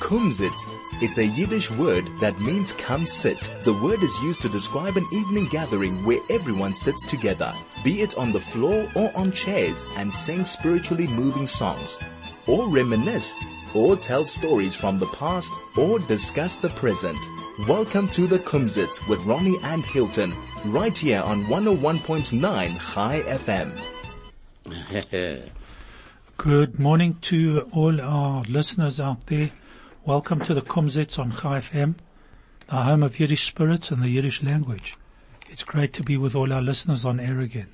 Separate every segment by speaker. Speaker 1: Kum sitzt. It's a Yiddish word that means come sit. The word is used to describe an evening gathering where everyone sits together, be it on the floor or on chairs, and sing spiritually moving songs, or reminisce, or tell stories from the past, or discuss the present. Welcome to the Kumsitz with Ronnie and Hilton, right here on 101.9 High FM.
Speaker 2: Good morning to all our listeners out there. Welcome to the Kumsitz on Chai FM, the home of Yiddish spirit and the Yiddish language. It's great to be with all our listeners on air again.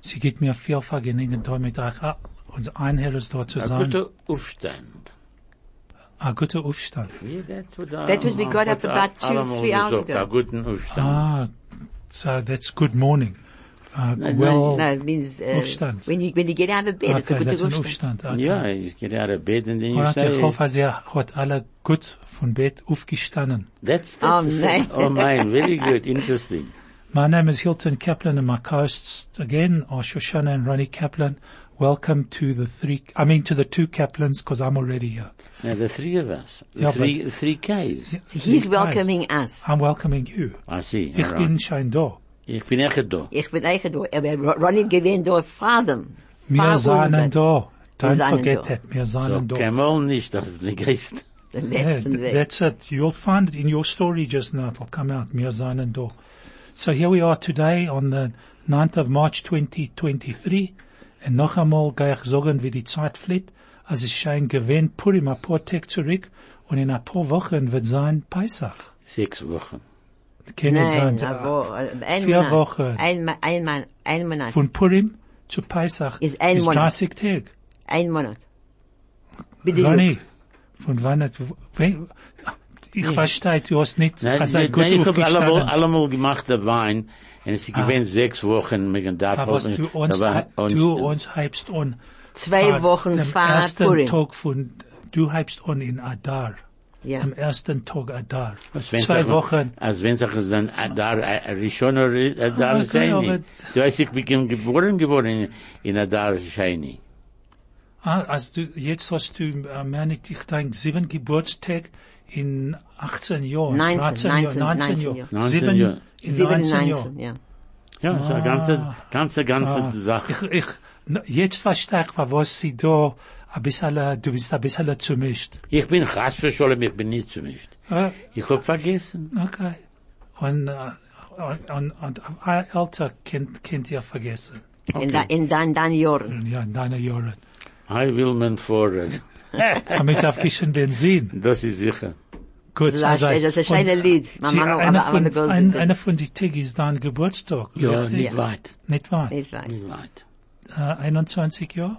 Speaker 2: Sie geht mir viel vergnügen, damit euch a- uns allen hier ist dort zu
Speaker 3: A
Speaker 2: sein.
Speaker 3: guter Aufstand.
Speaker 2: A guter Aufstand.
Speaker 3: Yeah, that's what I,
Speaker 4: That was we got up about two,
Speaker 3: Allemal
Speaker 4: three hours
Speaker 3: gesagt,
Speaker 4: ago.
Speaker 3: A guten Aufstand.
Speaker 2: Ah, so that's good morning. Uh,
Speaker 3: No, no,
Speaker 2: well,
Speaker 4: No, it means uh,
Speaker 2: Aufstand.
Speaker 4: when you when you get out of bed, it's a
Speaker 2: okay,
Speaker 4: good
Speaker 2: that's an
Speaker 4: Aufstand.
Speaker 2: Aufstand. Okay.
Speaker 3: Yeah, you get out of bed and then you
Speaker 2: Alright,
Speaker 3: say,
Speaker 2: ich hoffe, sie hat alle gut vom Bett aufgestanden.
Speaker 3: that's, that's
Speaker 4: Oh,
Speaker 3: the
Speaker 4: nein.
Speaker 3: thing. Oh, man, very good, interesting.
Speaker 2: My name is Hilton Kaplan and my co-hosts again are Shoshana and Ronnie Kaplan. Welcome to the three, I mean to the two Kaplans because I'm already here.
Speaker 3: Now, Nou, the three of us, the
Speaker 2: Yeah,
Speaker 3: three, three Ks. Ah,
Speaker 4: He's
Speaker 2: Three
Speaker 4: welcoming us.
Speaker 2: guys. I'm welcoming you.
Speaker 3: I see,
Speaker 2: Ich
Speaker 3: all
Speaker 2: bin
Speaker 3: right.
Speaker 2: schon da.
Speaker 3: Ich bin echt da.
Speaker 4: Ich bin eigen door. Aber Ro- Ronnie gewinnt door Faden.
Speaker 2: Wir seinen da. Don't
Speaker 4: seinen
Speaker 2: forget
Speaker 4: da.
Speaker 2: that. Wir
Speaker 3: So,
Speaker 2: seinen da.
Speaker 3: Kemal nicht, das ist nicht Geist.
Speaker 4: The
Speaker 2: Yeah,
Speaker 4: letzten
Speaker 2: th-
Speaker 4: Weg.
Speaker 2: that's it. You'll find it in your story just now. It'll come out. Mir sein and all. So here we are today on the 9th of March 2023. Und noch einmal gehe ich sagen, wie die Zeit flieht. Als es scheint gewinnt, Purim ein paar Tage zurück. Und in ein paar Wochen wird sein Pesach.
Speaker 3: Sechs Wochen.
Speaker 2: Kennen
Speaker 4: Nein,
Speaker 2: sein,
Speaker 4: aber äh, ein
Speaker 2: Vier
Speaker 4: Monat.
Speaker 2: Wochen.
Speaker 4: Ein, Ma- ein, Mann, ein Monat.
Speaker 2: Von Purim zu Pesach
Speaker 4: Ist ein
Speaker 2: ist
Speaker 4: Monat.
Speaker 2: 30 Tage.
Speaker 4: Ein Monat. Bitte.
Speaker 2: Ronny, von wann hat, wenn, ich verstehe, du hast nicht,
Speaker 3: Nein,
Speaker 2: hast ein
Speaker 3: nein,
Speaker 2: gut
Speaker 3: nein, ich habe allemal,
Speaker 2: aufgestanden.
Speaker 3: allemal gemacht der Wein, und es gewinnt sechs Wochen, wegen
Speaker 2: Da
Speaker 3: davon.
Speaker 2: Ah. was du uns,
Speaker 3: da war
Speaker 2: du uns halbst on.
Speaker 4: Zwei
Speaker 2: Am
Speaker 4: Wochen Fahrt
Speaker 2: ersten
Speaker 4: Purim.
Speaker 2: Tag von, du halbst on in Adar.
Speaker 4: Ja.
Speaker 2: Am ersten Tag Adar.
Speaker 3: Was wenn
Speaker 2: Zwei
Speaker 3: Sachen-
Speaker 2: Wochen. Ah,
Speaker 3: Als wenn Sachen dann äh, da äh, Rishon oder äh, da
Speaker 2: Okay, aber-
Speaker 3: Shaini. Du weißt, ich bin geboren geworden in- in Adar Shaini.
Speaker 2: Ah, als du, jetzt hast du, äh, meine ich, ich denke, sieben Geburtstag in 18 Jahren. 19,
Speaker 4: 19, 19,
Speaker 2: 19
Speaker 4: Jahren.
Speaker 2: Jahren.
Speaker 3: 19
Speaker 2: Sieben,
Speaker 3: Jahren.
Speaker 2: in
Speaker 4: 7,
Speaker 2: 19
Speaker 4: 19,
Speaker 2: Jahren.
Speaker 4: ja.
Speaker 3: Ja, so eine ganze, ganze, ganze
Speaker 2: Ah,
Speaker 3: Sache.
Speaker 2: Ich, ich, n- jetzt verstehe ich, was sie da, ein bisschen, äh, du bist ein bisschen zumischt.
Speaker 3: Ich bin Chas für Scholem, ich bin nicht zu mir.
Speaker 2: Ah,
Speaker 3: Ich hab vergessen.
Speaker 2: Okay. Und, äh, und, und, und ein Alter könnt, könnt ihr vergessen.
Speaker 4: In, da, in dann, dann Jahren.
Speaker 2: Ja, in deiner Jahren.
Speaker 3: I will man forward.
Speaker 2: Damit darf ich schon Benzin.
Speaker 3: Das ist sicher.
Speaker 2: Gut, also,
Speaker 4: Das ist ein- das ist ein schönes Lied. Man
Speaker 2: Sie,
Speaker 4: mag auch
Speaker 2: einer
Speaker 4: aber- aber eine
Speaker 2: von,
Speaker 4: Goldene
Speaker 2: ein,
Speaker 4: Bitte.
Speaker 2: einer von die Tag ist dein Geburtstag.
Speaker 3: Ja,
Speaker 2: richtig?
Speaker 3: nicht weit.
Speaker 2: Nicht wahr?
Speaker 4: Nicht wahr.
Speaker 3: Nicht weit.
Speaker 2: Äh, 21 Jahre?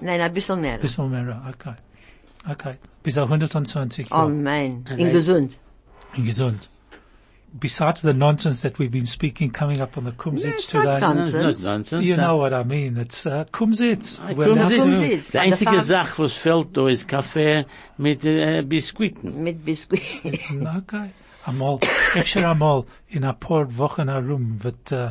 Speaker 4: Nein, ein bisschen mehr.
Speaker 2: Bisschen mehr, okay. Okay. Bis auf 120
Speaker 4: Oh
Speaker 2: Jahre.
Speaker 4: mein, in
Speaker 3: Nein.
Speaker 4: gesund.
Speaker 2: Und gesund. Besides the nonsense that we've been speaking coming up on the Kumsitz
Speaker 4: it's not
Speaker 2: today.
Speaker 4: nonsense.
Speaker 3: Das ist Nonsense.
Speaker 2: You
Speaker 3: da-
Speaker 2: know what I mean. It's uh, Kumsitz.
Speaker 3: Ah,
Speaker 2: We'll have
Speaker 3: Kumsitz.
Speaker 2: to-
Speaker 3: Die
Speaker 4: Kumsitz. Von der
Speaker 3: einzige
Speaker 4: Farm-
Speaker 3: Sache, was fehlt da, ist Kaffee mit äh, Biskuiten.
Speaker 4: Mit Biskuit.
Speaker 2: Okay. Einmal, öfter einmal in ein paar Wochen herum wird, äh,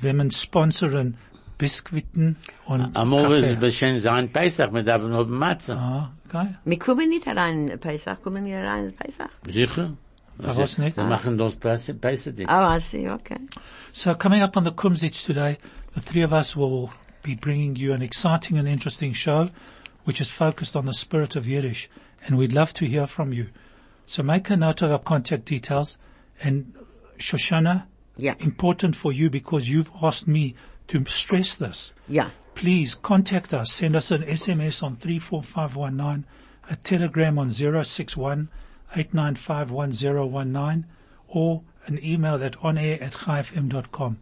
Speaker 2: wenn man sponsoren Biskuiten und
Speaker 3: Amor
Speaker 2: Kaffee.
Speaker 3: ist beschehen sein Pesach, mit Abend und Matze.
Speaker 2: Ah, okay.
Speaker 4: Wir kommen nicht herein, Pesach. Kommen wir herein, Pesach?
Speaker 3: Sicher?
Speaker 2: Warum nicht?
Speaker 3: Wir machen das Pesach, Pesach nicht.
Speaker 4: Ah, I see, okay.
Speaker 2: So coming up on the Kumsitz today, the three of us will be bringing you an exciting and interesting show, which is focused on the spirit of Yiddish, and we'd love to hear from you. So make a note of our contact details, and Shoshana,
Speaker 4: Yeah.
Speaker 2: important for you because you've asked me to stress this.
Speaker 4: Yeah.
Speaker 2: please contact us. Send us an SMS on 34519, a telegram on 061 8951019, or an email at onair at chaifm.com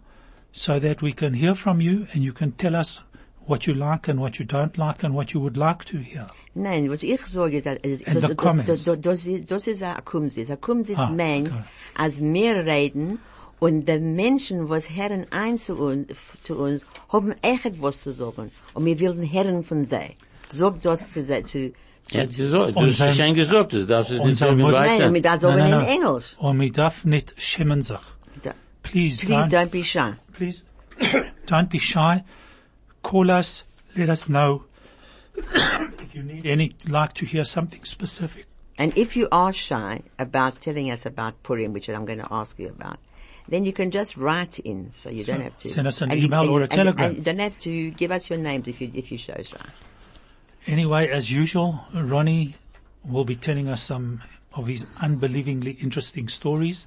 Speaker 2: so that we can hear from you and you can tell us what you like and what you don't like and what you would like to hear.
Speaker 4: Nein, was ich sage, das, das,
Speaker 2: the
Speaker 4: das,
Speaker 2: comments.
Speaker 4: das, das, das, ist- das ist ein Kumsitz. Ein Kumsitz
Speaker 2: Ah,
Speaker 4: meint,
Speaker 2: okay.
Speaker 4: als wir reden und die Menschen, was hören ein zu uns, zu uns haben echt was zu sagen. Und wir wollen hören von dir. Sag das zu dir. Zu, zu,
Speaker 3: Ja, sie so, du
Speaker 2: Und
Speaker 3: hast
Speaker 2: sein-
Speaker 3: schon gesagt, das darfst du
Speaker 2: und
Speaker 3: nicht so
Speaker 2: sein
Speaker 3: wie
Speaker 2: Mut-
Speaker 4: nein,
Speaker 3: weiter.
Speaker 4: und wir das sagen in Englisch.
Speaker 2: Und wir darf nicht schämen sich.
Speaker 4: Da-
Speaker 2: Please,
Speaker 4: Please
Speaker 2: don't,
Speaker 4: don't be shy.
Speaker 2: please, don't be shy. Call us. Let us know if you need any, like to hear something specific.
Speaker 4: And if you are shy about telling us about Purim, which I'm going to ask you about, then you can just write in, so you don't have to
Speaker 2: send us an
Speaker 4: and you-
Speaker 2: email
Speaker 4: and
Speaker 2: or a
Speaker 4: you- and you-
Speaker 2: telegram.
Speaker 4: And you don't have to give us your names if you if you show shy.
Speaker 2: Anyway, as usual, Ronnie will be telling us some of his unbelievingly interesting stories,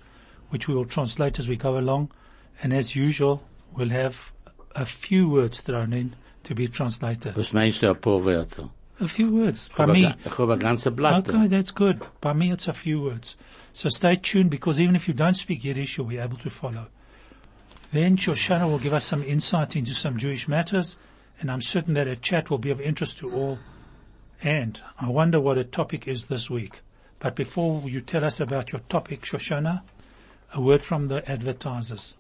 Speaker 2: which we will translate as we go along. And as usual, we'll have a few words thrown in to be translated.
Speaker 3: Was meinst du, ein paar Wörter?
Speaker 2: A few words. By
Speaker 3: Aber
Speaker 2: me,
Speaker 3: ga- Ich habe ein ganzes Blatt.
Speaker 2: Okay, that's good. By me, it's a few words. So stay tuned because even if you don't speak Yiddish, you'll be able to follow. Then Shoshana will give us some insight into some Jewish matters, and I'm certain that a chat will be of interest to all. And I wonder what a topic is this week. But before you tell us about your topic, Shoshana, a word from the advertisers.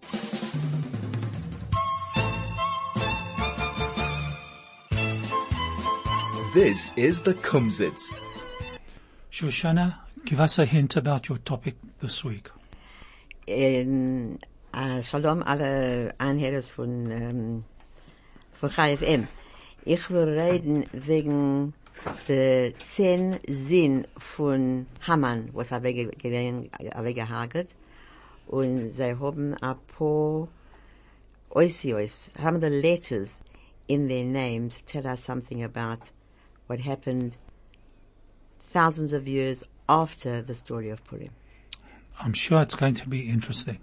Speaker 1: This is the Kumsitz.
Speaker 2: Shoshana, give us a hint about your topic this week.
Speaker 4: in äh, Shalom alle Anhörers von ähm, von KFM. Ich will reden wegen der zehn Sinn von Haman, was er wege- gewesen- er weggehagert. Und sie haben ein paar Oisios, haben the letters in their names tell us something about what happened thousands of years after the story of Purim.
Speaker 2: I'm sure it's going to be interesting.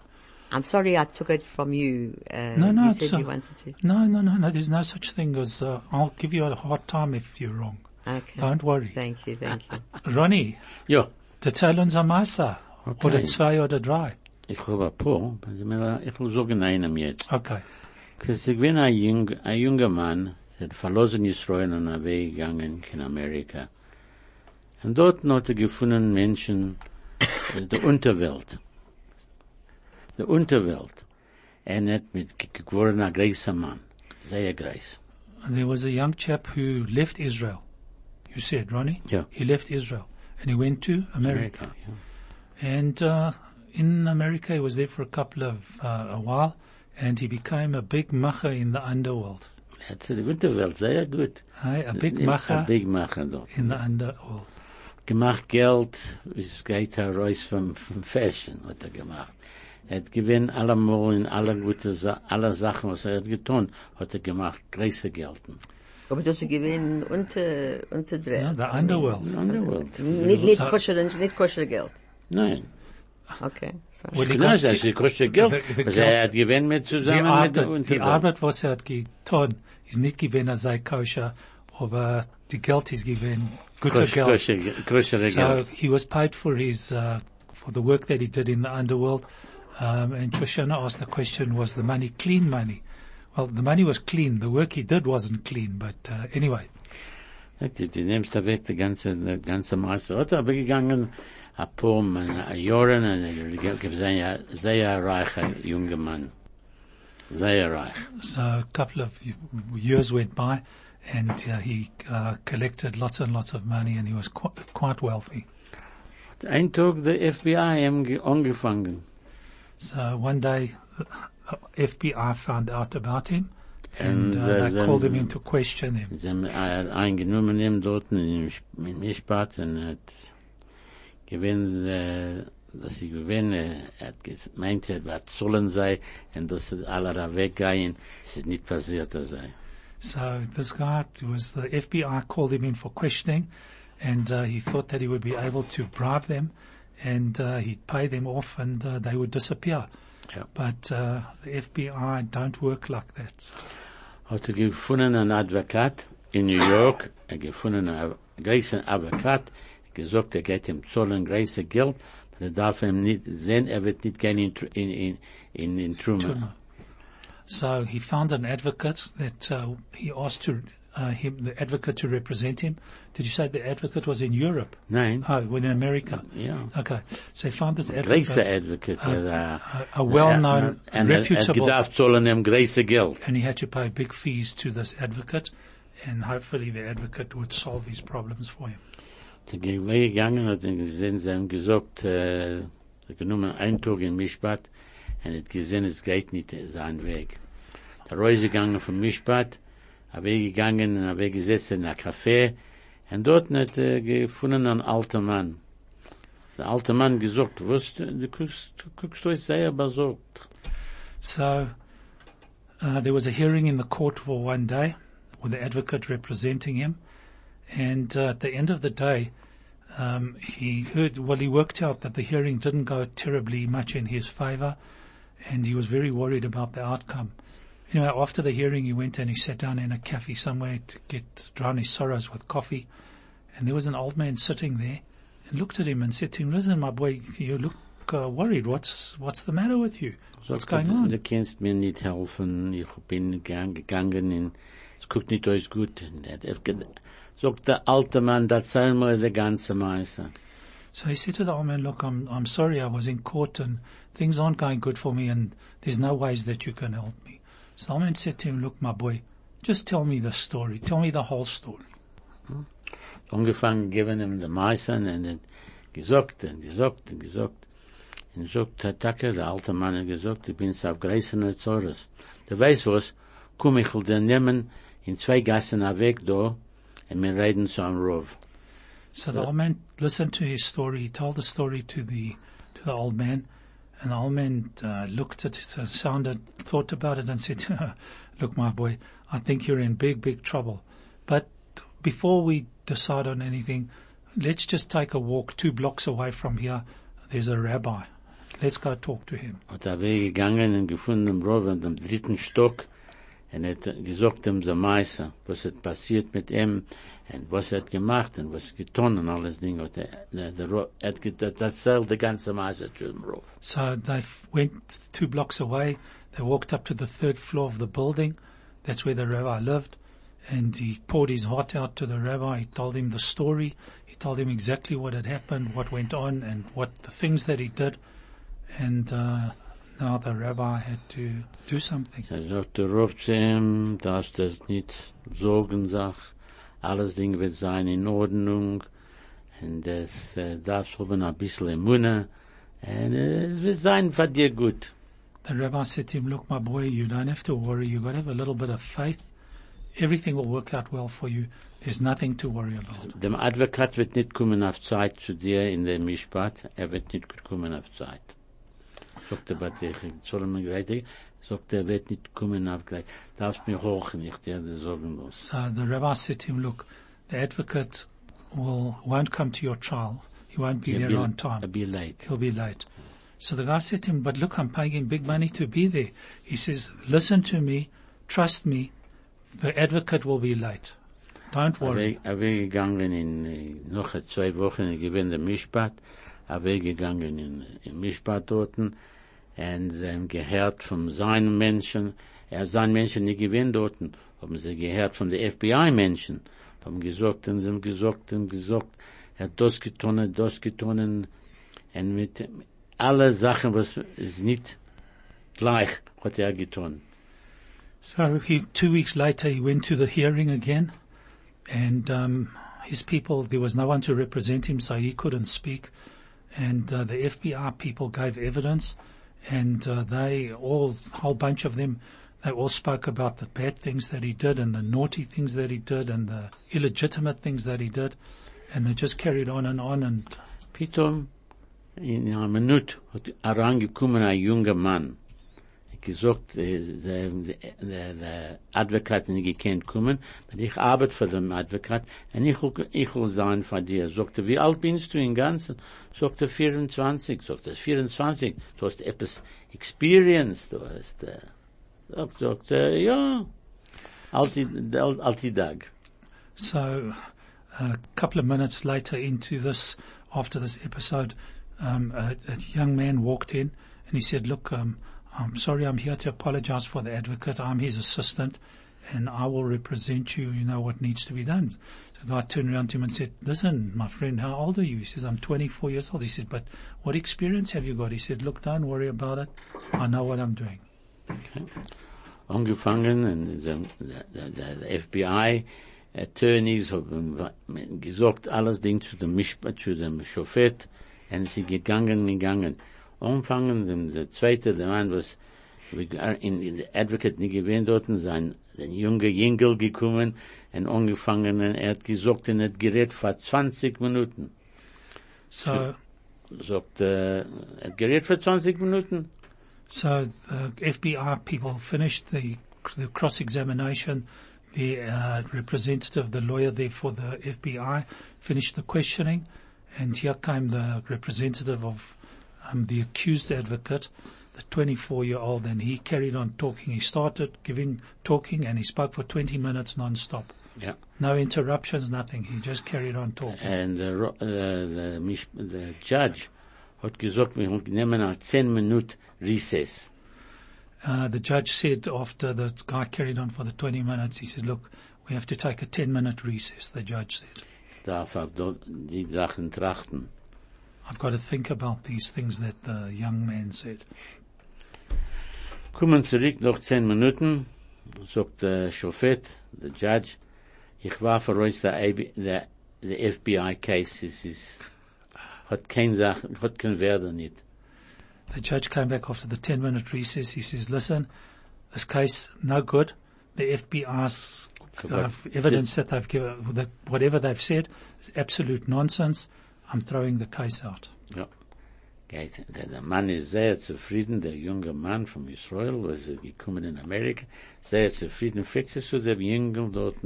Speaker 4: I'm sorry I took it from you. Uh,
Speaker 2: No, no,
Speaker 4: You
Speaker 2: it's,
Speaker 4: said you
Speaker 2: uh,
Speaker 4: wanted to.
Speaker 2: No, no, no, no. There's no such thing as uh, I'll give you a hard time if you're wrong.
Speaker 4: Okay.
Speaker 2: Don't worry.
Speaker 4: Thank you, thank you.
Speaker 2: Ronnie,
Speaker 3: Ja,
Speaker 2: erzähl uns am Meister.
Speaker 3: Okay.
Speaker 2: Oder zwei oder drei.
Speaker 3: ich habe ein paar, aber ich will- ich will sagen einem jetzt.
Speaker 2: Okay.
Speaker 3: Es ist gewesen ein, jung, ein junger Mann, der hat verlassen Israel und er weggegangen in Amerika. Und dort hat er gefunden Menschen äh, der Unterwelt. Der Unterwelt. Er hat mit ge- geworden ein großer Mann. Sehr groß.
Speaker 2: There was a young chap who left Israel. You said, Ronnie?
Speaker 3: Yeah.
Speaker 2: He left Israel and he went to America.
Speaker 3: ja.
Speaker 2: And uh, in America, he was there for a couple of uh, a while, and he became a big macher in the underworld.
Speaker 3: Er hat die Unterwelt sehr gut.
Speaker 2: Hey, a big
Speaker 3: Ein-
Speaker 2: macher
Speaker 3: Ein Big Macher dort.
Speaker 2: in the underworld.
Speaker 3: gemacht Geld, es geht heraus vom, vom Fashion, hat er gemacht. Er hat gewinnt allemal in aller gute Sa aller Sachen, was er hat getan, hat er gemacht, große Gelden.
Speaker 4: Aber du hast gewinnen unter, unter drei.
Speaker 2: Yeah, the underworld.
Speaker 3: Underworld.
Speaker 4: Nicht, nicht koscher, nicht koscher Geld.
Speaker 3: Nein.
Speaker 4: Okay. So.
Speaker 2: Well, he
Speaker 3: Genau,
Speaker 2: got-
Speaker 3: das ist kostet Geld.
Speaker 2: The- the
Speaker 3: Was
Speaker 2: Geld-
Speaker 3: er hat gewinnt mit
Speaker 2: Die
Speaker 3: zusammen mit der
Speaker 2: Arbeit, die
Speaker 3: Unterwelt.
Speaker 2: Arbeit, was er hat getan, ist nicht gewesen, er sei koscher, aber die Geld ist gewesen, guter
Speaker 3: Kosch-
Speaker 2: Geld.
Speaker 3: kosche- Koschere
Speaker 2: So
Speaker 3: Geld.
Speaker 2: he was paid for his, uh, for the work that he did in the underworld. Um, and Shoshana asked the question, was the money clean money? Well, the money was clean. The work he did wasn't clean, but uh, anyway.
Speaker 3: Die, die nimmst da weg, die ganze, die ganze Masse. Hat er weggegangen, ein paar Mann- ein Jahren, und er gibt sehr, sehr reicher junger Mann. Sehr reich.
Speaker 2: So a couple of years went by and uh, he uh, collected lots and lots of money and he was qu- quite wealthy.
Speaker 3: Ein Tag der FBI haben ge- angefangen.
Speaker 2: So one day, uh, FBI found out about him, and,
Speaker 3: And
Speaker 2: uh,
Speaker 3: the-
Speaker 2: they
Speaker 3: the-
Speaker 2: called him in to question him.
Speaker 3: Sie haben äh, eingenommen ihn dort in den Mischbad und hat gewinnt, äh, dass sie gewinnt, äh, hat gemeint, er was sollen sei und dass sie alle da weggehen. Es ist nicht passiert, er- das sei.
Speaker 2: So this guy it was the FBI called him in for questioning, and uh, he thought that he would be able to bribe them, and uh, he'd pay them off, and uh, they would disappear.
Speaker 3: Ja.
Speaker 2: But uh, the FBI don't work like that.
Speaker 3: Hat er gefunden einen Advokat in New York, er gefunden einen großen Advokat, gesagt, er geht ihm zahlen große Geld, aber er darf ihm nicht sehen, er wird nicht gehen in, Tr- in, in, in, in Truman.
Speaker 2: So he found an advocate that uh, he asked to uh, him the advocate to represent him. Did you say the advocate was in Europe?
Speaker 3: Nein.
Speaker 2: Oh, in America.
Speaker 3: Yeah.
Speaker 2: Okay. So he found this advocate,
Speaker 3: Grace Advocate, is a,
Speaker 2: a well-known,
Speaker 3: and uh,
Speaker 2: reputable,
Speaker 3: And gedacht sollen ihm Grace Geld.
Speaker 2: and he had to pay big fees to this advocate, and hopefully the advocate would solve his problems for him.
Speaker 3: Der Gewehr gegangen hat und gesehen, sie haben gesagt, äh, sie genommen einen Tag in Mischbad und hat gesehen, es geht nicht seinen Weg. Der Reus gegangen von Mischbad, er weggegangen und er weggesetzt in ein Café und dort hat er gefunden einen alten Mann. Der alte Mann gesagt, was, du guckst, du guckst euch sehr besorgt.
Speaker 2: So uh, there was a hearing in the court for one day with the advocate representing him. And uh, at the end of the day, um, he heard, well, he worked out that the hearing didn't go terribly much in his favor and he was very worried about the outcome. Anyway, after the hearing, he went and he sat down in a cafe somewhere to get drown his sorrows with coffee. And there was an old man sitting there and looked at him and said to him, listen, my boy, you look uh, worried. What's, what's the matter with you? What's going on?
Speaker 3: Du kannst mir nicht helfen, ich bin gang- gegangen in, es guckt nicht euch gut. Und er- er- Sagt der alte Mann, das sei mal der ganze Meister.
Speaker 2: So he said to the old man, look, I'm, I'm sorry I was in court and things aren't going good for me and there's no ways that you can help me. So the old man said to him, look, my boy, just tell me the story. Tell me the whole story.
Speaker 3: Angefangen, geben ihm den Meister und er hat gesagt, und gesagt, und gesagt. Und sagt, der Tacke, der alte Mann hat gesagt, ich bin auf greißender Zores. Du weißt was, komm, ich will den nehmen in zwei Gassen weg da und wir reden zu einem Rauf.
Speaker 2: So the old man listened to his story. He told the story to the, to the old man and the old man uh, looked at it, uh, sounded, thought about it and said, look, my boy, I think you're in big, big trouble. But before we decide on anything, let's just take a walk two blocks away from here. There's a rabbi. Let's go talk to him.
Speaker 3: hat er weggegangen und gefunden im Rauf in dem dritten Stock und hat gesagt ihm der Meister, was hat passiert mit ihm und was er hat gemacht und was er getan und alles Ding hat er, der, der, Ro- er hat get- hat erzählt der ganze Meister zu dem Rauf.
Speaker 2: So they f- went two blocks away. They walked up to the third floor of the building. That's where the rabbi lived. And he poured his heart out to the rabbi. He told him the story. He told him exactly what had happened, what went on, and what the things that he did. And uh, now the rabbi had to do something.
Speaker 3: Er sagt der Rauf zu ihm, darfst das nicht sorgen, sag, alles Ding wird sein in Ordnung und das äh, darfst haben ein bisschen Emune und äh, es wird sein für dir gut.
Speaker 2: The rabbi said to him, look, my boy, you don't have to worry. You've got to have a little bit of faith. Everything will work out well for you. There's nothing to worry about.
Speaker 3: Dem Advokat wird nicht kommen auf Zeit zu dir in der Mischpat. Er wird nicht kommen auf Zeit. Sagt der Batech, soll man gleich, sagt er wird nicht kommen auf gleich. Darfst mir hoch nicht, ja, der sorgen muss.
Speaker 2: So uh, the rabbi said to him, look, the advocate will, won't come to your trial. He won't be there on
Speaker 3: I'll
Speaker 2: time.
Speaker 3: be late.
Speaker 2: He'll be late. So the guy said to him, but look, I'm paying him big money to be there. He says, listen to me, trust me, the advocate will be late. Don't worry.
Speaker 3: Er wäre gegangen in, äh, noch zwei Wochen, ich gewinne der Mischpat. Er wäre gegangen in, in Mischpat dort und ähm, gehört von seinen Menschen. Er hat seinen Menschen nicht gewinnt dort. Haben sie gehört von den FBI-Menschen. Haben gesagt und sie haben gesagt und gesagt. Er hat das getan, er hat das getan. Und mit alle Sachen, was ist nicht gleich, hat er getan.
Speaker 2: So he, two weeks later, he went to the hearing again and, um, his people, there was no one to represent him, so he couldn't speak. And uh, the FBI people gave evidence and uh, they all, a whole bunch of them, they all spoke about the bad things that he did and the naughty things that he did and the illegitimate things that he did. And they just carried on and on and
Speaker 3: Pitoom, in einer Minute hat herangekommen ein junger Mann. Ich gesagt, äh, der, der, der Advokat hat nicht gekannt kommen, aber ich arbeite für den Advokat und ich will, ich will sein von dir. Sagte, wie alt bist du im Ganzen? er, Sagte, 24. Sagte, 24. er, Du hast etwas Experience, du hast, äh, sagt- sagte, ja, alt, alt, alt Tag.
Speaker 2: So, a couple of minutes later into this, after this episode, um, a, a young man walked in and he said, look, um, I'm sorry, I'm here to apologize for the advocate. I'm his assistant and I will represent you. You know what needs to be done. So the guy turned around to him and said, listen, my friend, how old are you? He says, I'm 24 years old. He said, but what experience have you got? He said, look, don't worry about it. I know what I'm doing.
Speaker 3: angefangen und der, der, der, der FBI Attorneys haben wa- gesagt alles Ding zu dem Mischpa, zu dem Schofett und sie gegangen gegangen. Anfangen dem der zweite der Mann was in, in der Advocate nicht gewähnt dort sein sein junger Jingel gekommen und angefangen und er hat gesagt und hat gerät vor 20 Minuten.
Speaker 2: So
Speaker 3: sagt, äh, hat gerät für 20 Minuten.
Speaker 2: So uh, the FBI people finished the, the cross-examination. The uh, representative, the lawyer there for the FBI, finished the questioning, and here came the representative of um, the accused advocate, the 24-year-old, and he carried on talking. He started giving talking, and he spoke for 20 minutes non-stop.
Speaker 3: Yeah.
Speaker 2: No interruptions, nothing. He just carried on talking.
Speaker 3: And the, ro- the, the, Mish- the judge hat gesagt, wir nehmen eine 10 Minuten Recess.
Speaker 2: Uh, the judge said after the guy carried on for the 20 minutes, he said, look, we have to take a 10 minute recess, the judge said.
Speaker 3: Darf auf do- die Sachen trachten.
Speaker 2: I've got to think about these things that the young man said.
Speaker 3: Kommen zurück noch 10 Minuten, sagt der Schofet, der Judge, ich war für euch der, AB, der, der FBI Case, es ist, hat kein Sachen, hat kein Werde nicht.
Speaker 2: The judge came back after the 10 minute recess. He says, listen, this case, no good. The FBI's uh,
Speaker 3: Correct.
Speaker 2: evidence that they've given, that whatever they've said is absolute nonsense. I'm throwing the case out.
Speaker 3: Ja. Geht, der, der Mann ist sehr zufrieden, der junge Mann von Israel, was er gekommen in Amerika, sehr zufrieden. Fragt sich zu dem Jüngel dort,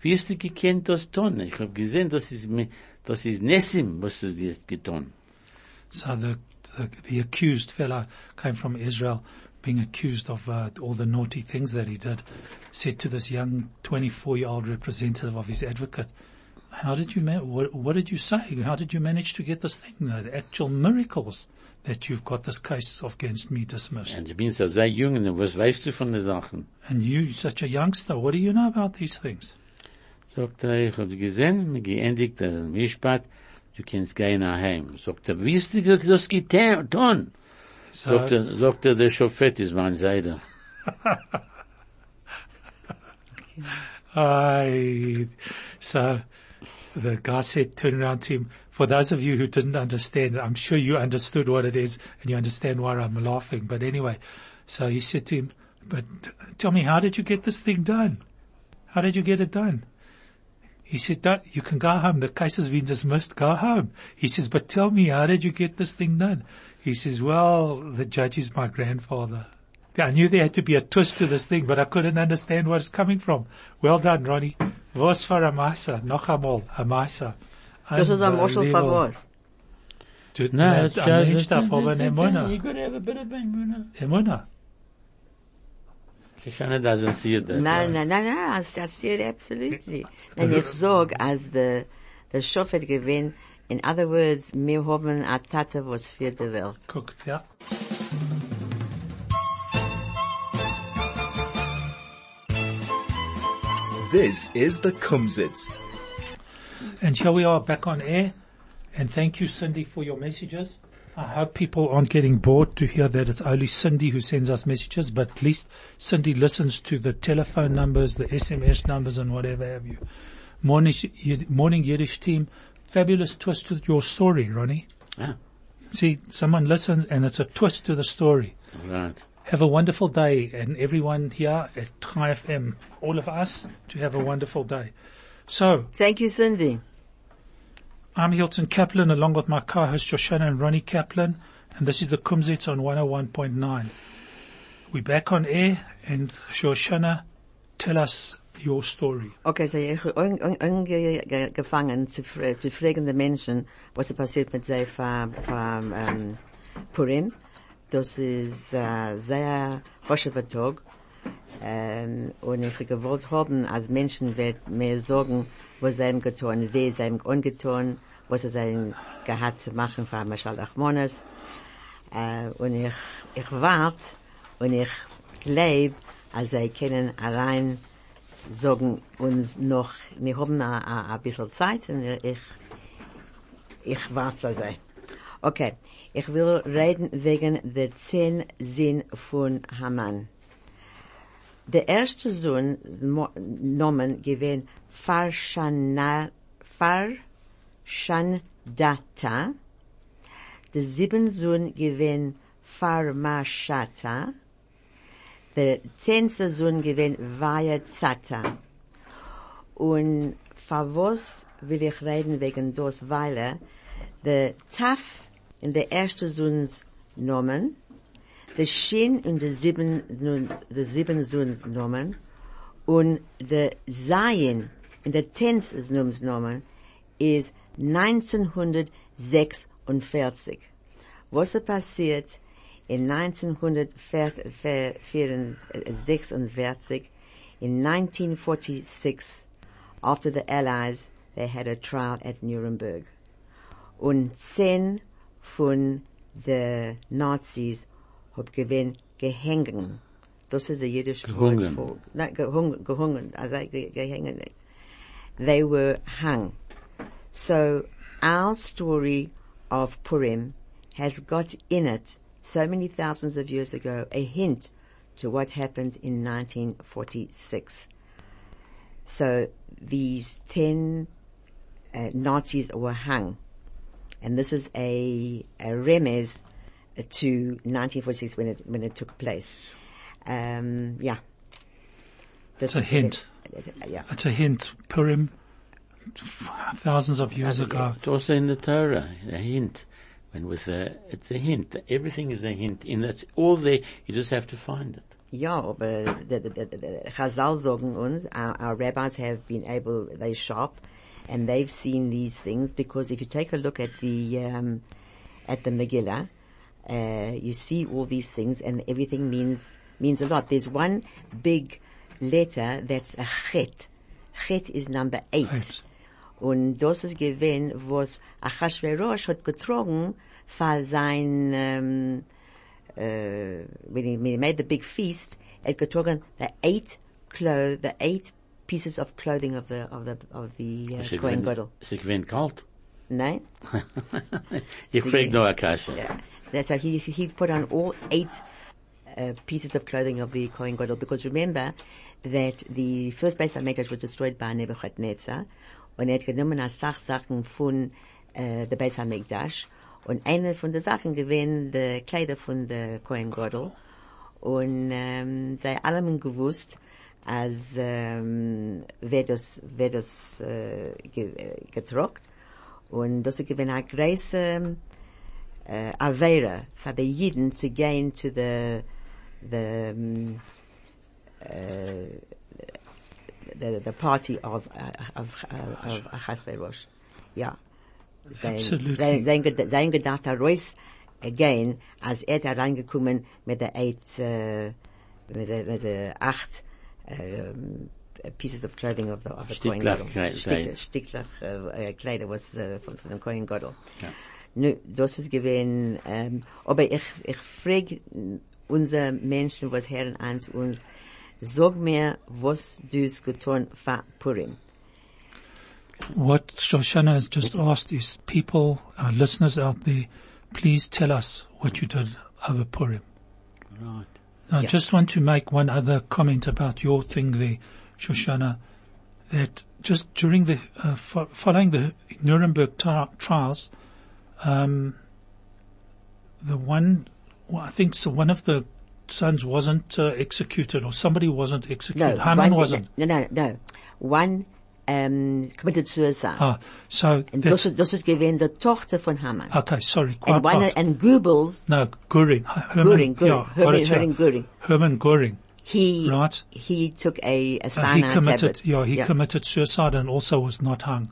Speaker 3: wie hast du gekannt das tun? Ich habe gesehen, das ist, mi- das ist Nessim, was du dir getan.
Speaker 2: So the, the the accused fellow came from Israel, being accused of uh, all the naughty things that he did. Said to this young 24-year-old representative of his advocate, "How did you man? What, what did you say? How did you manage to get this thing? The actual miracles that you've got this case against me dismissed.
Speaker 3: Und du bist ja sehr jung, und was weißt du von den Sachen?
Speaker 2: And you, such a youngster, what do you know about these things?"
Speaker 3: Sagt er, ich hab gesehen, mir geendigt der Mischpat, du kannst gehen nach Heim. Sagt er, wie hast du das getan? Sagt
Speaker 2: So,
Speaker 3: er, sagt er, der Schofett ist mein Seide.
Speaker 2: I, so the guy said, turn around to him. For those of you who didn't understand, I'm sure you understood what it is and you understand why I'm laughing. But anyway, so he said to him, but t- tell me, how did you get this thing done? How did you get it done? He said, "Don't- you can go home. The case has been dismissed. Go home. He says, but tell me, how did you get this thing done? He says, well, the judge is my grandfather. I knew there had to be a twist to this thing, but I couldn't understand where it's coming from. Well done, Ronnie. Was for Amasa. Noch einmal. Amasa.
Speaker 4: Das ist ein Moschel von was.
Speaker 2: Tut mir leid, ein Mensch darf aber nicht
Speaker 3: You
Speaker 2: Mona.
Speaker 3: gotta have a bit of a Mona.
Speaker 2: Mona.
Speaker 3: Shoshana doesn't see it that
Speaker 4: Nein,
Speaker 3: way.
Speaker 4: nein, nein, nein, I I see it absolutely. And ich sag, als der, der Schofet gewinnt, in other words, wir haben eine Tate, was für die Welt.
Speaker 2: Guckt, ja.
Speaker 1: This is the Kumsitz.
Speaker 2: And here we are back on air. And thank you, Cindy, for your messages. I hope people aren't getting bored to hear that it's only Cindy who sends us messages, but at least Cindy listens to the telephone numbers, the SMS numbers, and whatever have you. Morning, Yid- morning Yiddish team. Fabulous twist to your story, Ronnie.
Speaker 3: Ah,
Speaker 2: See, someone listens and it's a twist to the story.
Speaker 3: right.
Speaker 2: Have a wonderful day and everyone here at Chai FM, all of us, to have a wonderful day. So,
Speaker 4: Thank you, Cindy.
Speaker 2: I'm Hilton Kaplan along with my co-host Joshana and Ronnie Kaplan and this is the Kumsitz on 101.9. We're back on air and Joshana, tell us your story.
Speaker 4: Okay, so ich angefangen zu, fr- zu fragen die Menschen, was ist passiert mit sie von, von ähm, Purim. Das ist äh, sehr hoher Tag. Ähm, und ich gewollt haben, als Menschen wird mehr sagen, was sie ihm getan, wer sie ihm angetan, was sie ihm gehabt zu machen für Mashal Achmones. Äh, und ich, ich warte und ich glaube, als sie können allein sagen uns noch, wir haben a- a- a bisschen Zeit und ich, ich warte auf sie. Okay, ich will reden wegen der zehn Sinn von Haman. Der erste Sohn, Mo- Nomen, gewinnt Farshana, Farshandata. Der siebte Sohn gewinnt Farmashata. Der zehnte Sohn gewinnt Vayazata. Und für was will ich reden wegen das, weil er der Taf in der erste Sons Nomen, der Shin in der sieben, nun, der sieben Sons Nomen und der Zayin in der tenth Sons Nomen ist 1946. Was ist passiert in 1946, in 1946, after the Allies, they had a trial at Nuremberg. Und zehn von den Nazis hab gewinn gehängen. Das ist der jüdische
Speaker 3: Gehungen.
Speaker 4: Wort für- Nein, gehungen, gehungen, also ge- gehängen. nicht. They were hung. So our story of Purim has got in it, so many thousands of years ago, a hint to what happened in 1946. So these 10 uh, Nazis were hung. And this is a, a remez to 1946 when it, when it took place. Um, yeah.
Speaker 2: It's a hint.
Speaker 4: Yeah.
Speaker 2: That's a hint. Purim, thousands of years ago.
Speaker 3: It's also in the Torah, a hint. When with a, it's a hint. Everything is a hint. And that's all there. You just have to find it.
Speaker 4: Ja, aber the, the, the, the Chazal sagen uns, our, our rabbis have been able, they shop, and they've seen these things because if you take a look at the um, at the Megillah, uh, you see all these things, and everything means means a lot. There's one big letter that's a chet. Chet is number eight.
Speaker 2: Eight.
Speaker 4: Und das ist gewesen, was Achashverosh hat getragen für sein ähm, uh, when, he, when he made the big feast at Gotorgan, the eight clo the eight pieces of clothing of the of the of the uh, Kohen Gadol.
Speaker 3: Is it even cold?
Speaker 4: No,
Speaker 3: You freak no akasha.
Speaker 4: yeah. that's how he he put on all eight uh, pieces of clothing of the Kohen Gadol because remember that the first base of Medrash was destroyed by Nebuchadnezzar und er hat genommen als Sachsachen von uh, der Beis HaMikdash und eine von den Sachen gewesen, die Kleider von der Kohen Gadol und ähm, sei allem gewusst, als ähm, wer das, wer das äh, ge äh, getrockt und das ist gewesen eine große äh, Avera für die Jiden zu gehen zu der the, um, uh, the the party of uh, of uh, of Achashverosh. Yeah. They-
Speaker 2: Absolutely.
Speaker 4: They they ged- they gedacht er Reus again als er da reingekommen mit der eight uh, mit der mit der acht um, pieces of clothing of the of the Kohen
Speaker 3: Stickler-
Speaker 4: Gadol.
Speaker 3: Kleid-
Speaker 4: Stickler, Stickler äh, äh, Kleider was äh, von von dem Kohen Gadol.
Speaker 3: Ja.
Speaker 4: Nu, das ist gewesen, ähm, aber ich, ich frage unsere Menschen, was hören eins uns, sag mir, was du es getan für Purim.
Speaker 2: What Shoshana has just asked is people, our listeners out there, please tell us what you did over Purim.
Speaker 3: Right.
Speaker 2: I
Speaker 4: Yeah.
Speaker 2: just want to make one other comment about your thing there, Shoshana, that just during the, uh, fo- following the Nuremberg tri- trials, um, the one, well, I think so one of the sons wasn't uh, executed or somebody wasn't
Speaker 4: No,
Speaker 2: executed. Haman
Speaker 4: one-
Speaker 2: wasn't.
Speaker 4: No, no, no. One um, committed suicide.
Speaker 2: Ah, so
Speaker 4: and
Speaker 2: that's,
Speaker 4: das ist, das ist gewesen die Tochter von Haman.
Speaker 2: okay, sorry, quite
Speaker 4: and, one,
Speaker 2: right.
Speaker 4: and Goebbels,
Speaker 2: No, Goering.
Speaker 4: Goering,
Speaker 2: Herman,
Speaker 4: Goering,
Speaker 2: yeah, got
Speaker 4: Herman,
Speaker 2: it, yeah.
Speaker 4: Herman Goering,
Speaker 2: Herman Goering.
Speaker 4: he,
Speaker 2: Right.
Speaker 4: he took a, a
Speaker 2: Uh, he
Speaker 4: cyanide
Speaker 2: committed,
Speaker 4: tablet.
Speaker 2: yeah, he committed suicide and also was not hung.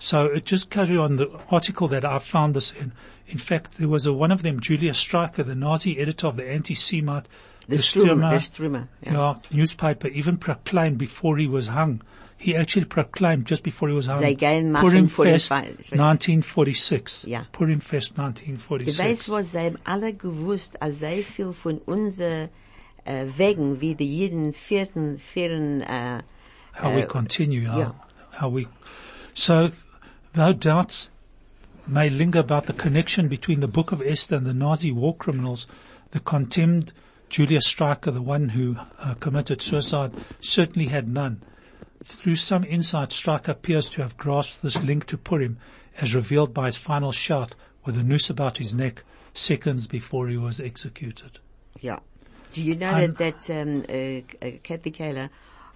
Speaker 2: So it just carry on the article that I found this in. In fact, there was a, one of them, Julius Streicher, the Nazi editor of the anti-Semite,
Speaker 4: The Struma, the Struma.
Speaker 2: yeah. newspaper, even proclaimed before he was hung. He actually proclaimed just before he was hung.
Speaker 4: They gave
Speaker 2: Purim
Speaker 4: Machen for his
Speaker 2: Fest,
Speaker 4: fi-
Speaker 2: 1946.
Speaker 4: Yeah.
Speaker 2: Purim Fest,
Speaker 4: Ich
Speaker 2: 1946.
Speaker 4: weiß, was sie haben alle gewusst, als sehr viel von unseren äh, Wegen, wie die jeden vierten, vierten, äh,
Speaker 2: how we continue, how,
Speaker 4: yeah.
Speaker 2: how we. So, though doubts may linger about the connection between the Book of Esther and the Nazi war criminals, the condemned Julius Streicher, the one who uh, committed suicide, certainly had none. Through some insight, Stryker appears to have grasped this link to Purim, as revealed by his final shout with a noose about his neck seconds before he was executed.
Speaker 4: ja. Do you know
Speaker 2: I'm-
Speaker 4: that, that ähm, äh, äh, Kathy Keller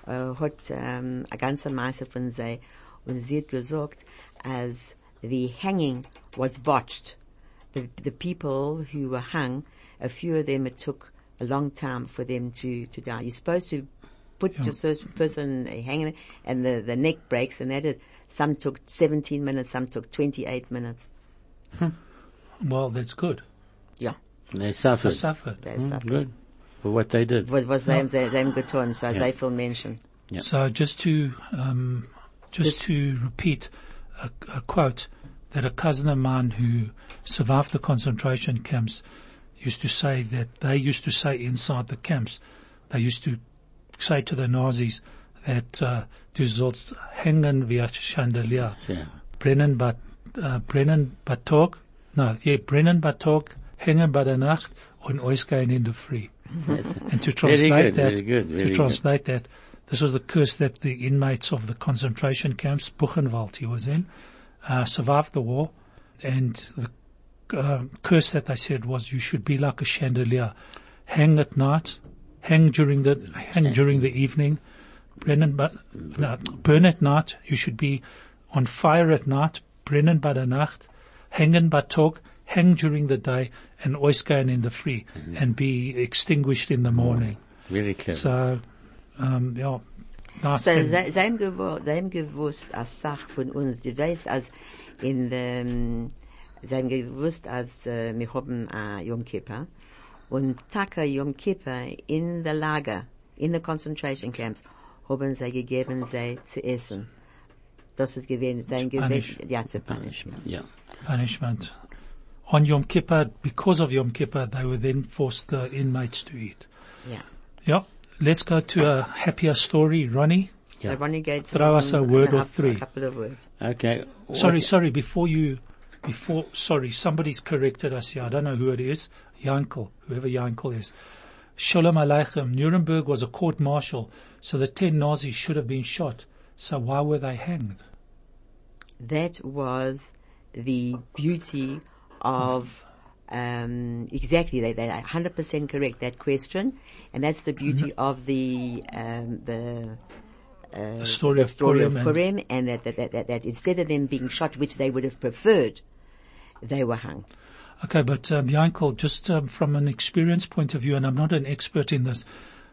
Speaker 4: äh, hat ähm, eine ganze Masse von sie und sie hat gesagt, als the hanging was botched, the, the people who were hung, a few of them it took a long time for them to, to die. You're supposed to put
Speaker 2: Yeah.
Speaker 4: the first person hanging and the, the neck breaks and that is, some took 17 minutes, some took 28 minutes.
Speaker 2: Well, that's good.
Speaker 4: Yeah,
Speaker 3: They
Speaker 2: I
Speaker 3: suffered.
Speaker 2: suffered.
Speaker 4: they
Speaker 3: Mm,
Speaker 4: suffered.
Speaker 3: good. For what they did.
Speaker 4: Was, was them, they, them good time, so
Speaker 3: Yeah.
Speaker 4: they feel mentioned.
Speaker 3: Yeah.
Speaker 2: So just to, um, just to repeat a, a quote that a cousin of mine who survived the concentration camps used to say that they used to say inside the camps, they used to say to the Nazis that, uh, du sollst hängen wie ein Chandelier.
Speaker 3: Yeah.
Speaker 2: brennen bei, äh, brennen bei Tag, no, yeah, brennen bei Tag, hängen bei der Nacht und ausgehen in the free. And to translate
Speaker 3: Mhm. good,
Speaker 2: that,
Speaker 3: very good, very
Speaker 2: to
Speaker 3: good.
Speaker 2: translate that, this was the curse that the inmates of the concentration camps, Buchenwald he was in, uh, survived the war and the uh, curse that they said was you should be like a chandelier. Hang at night, hang during the, hang during the evening, Brennan, but no, burn at night. You should be on fire at night. Brennen by the Nacht. Hängen by Tag. Hang during the day and ausgehen in the free and be extinguished in the morning.
Speaker 3: Very clever.
Speaker 2: So, um, yeah, nice.
Speaker 4: So
Speaker 2: and-
Speaker 4: they, they, gewusst, they haben gewusst, als Sach von uns, die weiß, als in dem, sie haben gewusst, als äh, wir haben äh, Yom Kippur und Taka Yom Kippur in der Lager, in den Concentration Camps, haben sie gegeben, sie zu essen. Das ist gewesen, sein
Speaker 2: Punish.
Speaker 4: gewesen, ja, zu punishment.
Speaker 3: yeah.
Speaker 2: punishment. On Yom Kippur, because of Yom Kippur, they were then forced the inmates to eat.
Speaker 4: Ja.
Speaker 2: Yeah. Let's go to a happier story, Ronnie.
Speaker 3: Yeah.
Speaker 4: I want to go
Speaker 2: Throw us a word or three.
Speaker 4: A couple of words.
Speaker 3: Okay.
Speaker 2: Sorry,
Speaker 3: What-
Speaker 2: sorry, before you, before, sorry, somebody's corrected us here. I don't know who it is. Yankel, whoever Yankel is. Shalom Aleichem. Nuremberg was a court martial, so the 10 Nazis should have been shot. So why were they hanged?
Speaker 4: that was the beauty of um, exactly they, they are 100% correct that question and that's the beauty
Speaker 2: Mm-hmm.
Speaker 4: of the um, the uh,
Speaker 2: The story of
Speaker 4: story
Speaker 2: Purim.
Speaker 4: of
Speaker 2: and-
Speaker 4: Purim and that, that, that, that, that instead of them being shot which they would have preferred they were hung
Speaker 2: Okay, but um, Yankel, just um, from an experience point of view, and I'm not an expert in this,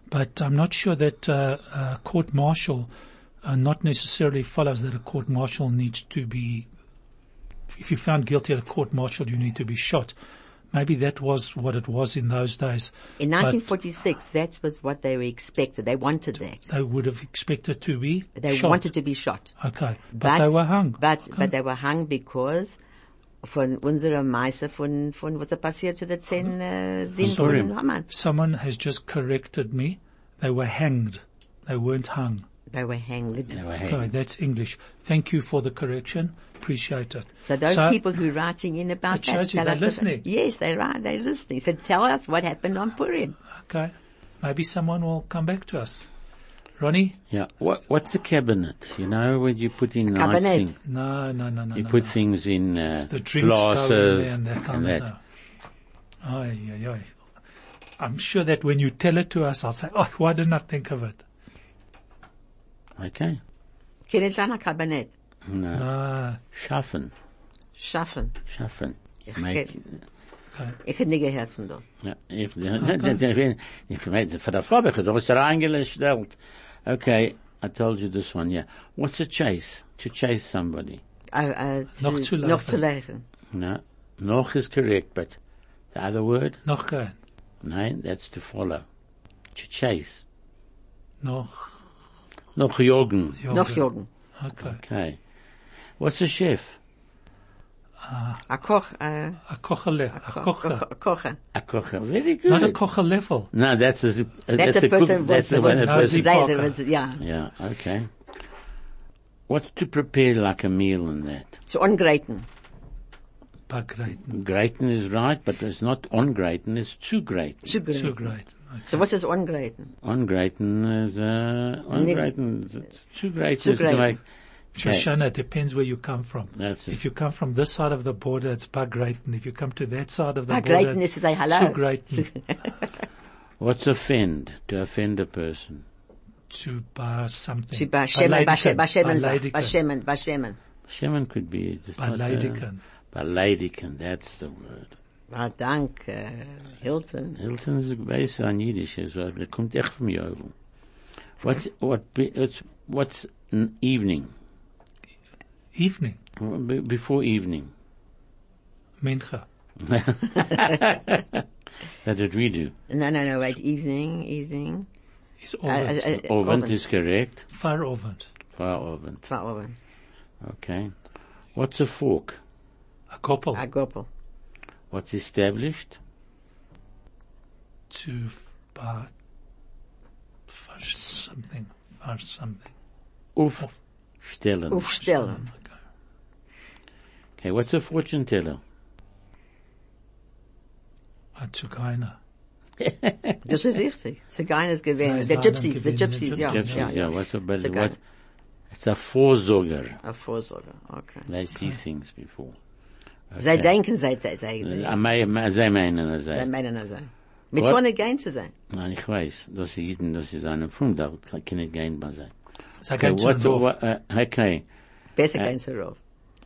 Speaker 2: but I'm not sure that uh, a court martial uh, not necessarily follows that a court martial needs to be. If you're found guilty at a court martial, you need to be shot. Maybe that was what it was in those days.
Speaker 4: in
Speaker 2: but
Speaker 4: 1946 that was what they were expected they wanted that
Speaker 2: they would have expected to be
Speaker 4: they
Speaker 2: shot.
Speaker 4: wanted to be shot
Speaker 2: okay, but, they were hung.
Speaker 4: But, but they were hung because von unserer Meise von, von was da passiert zu den zehn, äh, Sinn
Speaker 2: Mm-hmm. Sorry.
Speaker 4: von Haman.
Speaker 2: Someone has just corrected me. They were hanged. They weren't hung.
Speaker 4: They were hanged.
Speaker 3: They were
Speaker 2: Okay,
Speaker 3: hanged.
Speaker 2: that's English. Thank you for the correction. Appreciate it.
Speaker 4: So those people who are writing in about
Speaker 2: It
Speaker 4: that,
Speaker 2: shows you
Speaker 4: tell
Speaker 2: they're
Speaker 4: us-
Speaker 2: listening.
Speaker 4: Yes, they are. They're listening. So tell us what happened on Purim.
Speaker 2: Okay, maybe someone will come back to us. Ronnie?
Speaker 3: Yeah. What, what's a cabinet? You know, when you put in nice
Speaker 4: Cabinet.
Speaker 3: thing-
Speaker 2: No, no, no, no.
Speaker 3: You
Speaker 2: no,
Speaker 3: put
Speaker 2: no.
Speaker 3: things in uh,
Speaker 2: the drinks
Speaker 3: glasses
Speaker 2: go in there and that kind
Speaker 3: and
Speaker 2: of
Speaker 3: that.
Speaker 2: stuff. Ay, ay, ay. I'm sure that when you tell it to us, I'll say, "Oh, why didn't I think of it?"
Speaker 3: Okay.
Speaker 4: Kinetlana Kabinett.
Speaker 3: No.
Speaker 2: No,
Speaker 3: Schaffen.
Speaker 4: Schaffen.
Speaker 3: Schaffen.
Speaker 4: Ich
Speaker 3: Make,
Speaker 4: kenn-
Speaker 2: okay.
Speaker 4: Ich hätte nie gehört von da.
Speaker 3: ja, ich, ich meine, von der Farbe, du hast er eingestellt. Okay, I told you this one, yeah. What's a chase? To chase somebody.
Speaker 4: Äh, äh,
Speaker 2: Noch zu
Speaker 4: Noch
Speaker 2: laufen.
Speaker 4: zu laufen.
Speaker 3: No, noch is correct, but the other word,
Speaker 2: noch kein,
Speaker 3: nein, that's to follow. To chase.
Speaker 2: noch,
Speaker 3: Noch jagen.
Speaker 2: Jorgen.
Speaker 4: Noch Jürgen.
Speaker 2: Okay,
Speaker 3: Okay. What's a chef?
Speaker 4: A Koch, äh,
Speaker 2: a kochele, a
Speaker 4: Ko-
Speaker 2: kocher,
Speaker 4: Ko- Kocher.
Speaker 3: A kocher. Very good.
Speaker 2: not a kocher level.
Speaker 3: No, that's a, zip- uh,
Speaker 4: That's a
Speaker 3: cook-
Speaker 4: person
Speaker 3: that's
Speaker 4: was-
Speaker 3: the one
Speaker 4: was-
Speaker 3: that
Speaker 2: was-
Speaker 3: person.
Speaker 2: Parker.
Speaker 4: Leider was- Ja.
Speaker 3: Yeah, okay. What to prepare like a meal and that?
Speaker 4: Zu ungreiten.
Speaker 2: But great,
Speaker 3: Gratin is right, but it's not on gratin, it's too gratin.
Speaker 4: Zu
Speaker 2: too
Speaker 4: greiten.
Speaker 2: great.
Speaker 4: So was ist ungreiten?
Speaker 3: On gratin is, uh, on
Speaker 4: Ne-
Speaker 3: gratin, it's too gratin.
Speaker 4: Too
Speaker 3: is the
Speaker 4: gratin.
Speaker 3: way-
Speaker 2: Shoshana, it depends where you come from.
Speaker 3: That's it.
Speaker 2: If you come from this side of the border, it's Bagrayton. If you come to that side of the border,
Speaker 4: Bagrayton Ah, is to say hello.
Speaker 2: Bagrayton.
Speaker 3: What's offend? To offend a person.
Speaker 2: To bar something.
Speaker 4: Sie bei Schemen, bei Schemen, bei Schemen,
Speaker 2: Beleidigen.
Speaker 4: bei Schemen, bei Schemen.
Speaker 3: Shaman could be. it's not, uh,
Speaker 2: Beleidigen.
Speaker 3: Beleidigen, that's the word.
Speaker 4: Ah, dank, äh, Hilton.
Speaker 3: Hilton is besser an Jiddisch, also das kommt echt von mir over. What's, what, be- it's- what's an evening?
Speaker 2: Evening,
Speaker 3: Be- Before evening.
Speaker 2: Mincha.
Speaker 3: That did we do.
Speaker 4: No, no, no, wait, evening, evening.
Speaker 2: Is Ovent.
Speaker 4: Äh, äh,
Speaker 3: Ovent
Speaker 4: Ovent.
Speaker 3: is correct.
Speaker 2: Far Ovent.
Speaker 3: Far Ovent.
Speaker 4: Vor Oven.
Speaker 3: Okay. What's a fork?
Speaker 2: A couple
Speaker 4: A Gopel.
Speaker 3: What's established?
Speaker 2: to bar, for something, for something.
Speaker 3: Aufstellen.
Speaker 4: Aufstellen.
Speaker 2: Okay.
Speaker 3: Okay, what's a fortune teller?
Speaker 2: A Tsukaina.
Speaker 4: Das ist Dus richtig. Zigeuners gewinnen.
Speaker 2: Sei- Seinen
Speaker 4: The Gypsies, the
Speaker 2: gewinnen,
Speaker 4: Gypsies,
Speaker 2: the
Speaker 4: ja.
Speaker 2: Gypsies,
Speaker 4: Ja,
Speaker 3: Yeah,
Speaker 4: ja.
Speaker 3: what's a, but
Speaker 4: It's a
Speaker 3: what,
Speaker 4: guy.
Speaker 3: it's a Vorsorger.
Speaker 4: Ein Vorsorge, okay.
Speaker 3: They see things before.
Speaker 4: Sei
Speaker 3: Okay.
Speaker 4: denken, sei, sei, sei.
Speaker 3: I may, may, they may not say.
Speaker 4: Sei meinen er sein. Mit
Speaker 3: What?
Speaker 4: vorne gehen zu sein.
Speaker 3: Nein, ich weiß, das ist jeden, das ist eine Form, da kann ich gehen bei sein.
Speaker 2: Zagan
Speaker 3: what,
Speaker 2: Tsunov.
Speaker 3: what, uh, okay,
Speaker 4: Besser
Speaker 3: Äh.
Speaker 4: gehen zu Rov.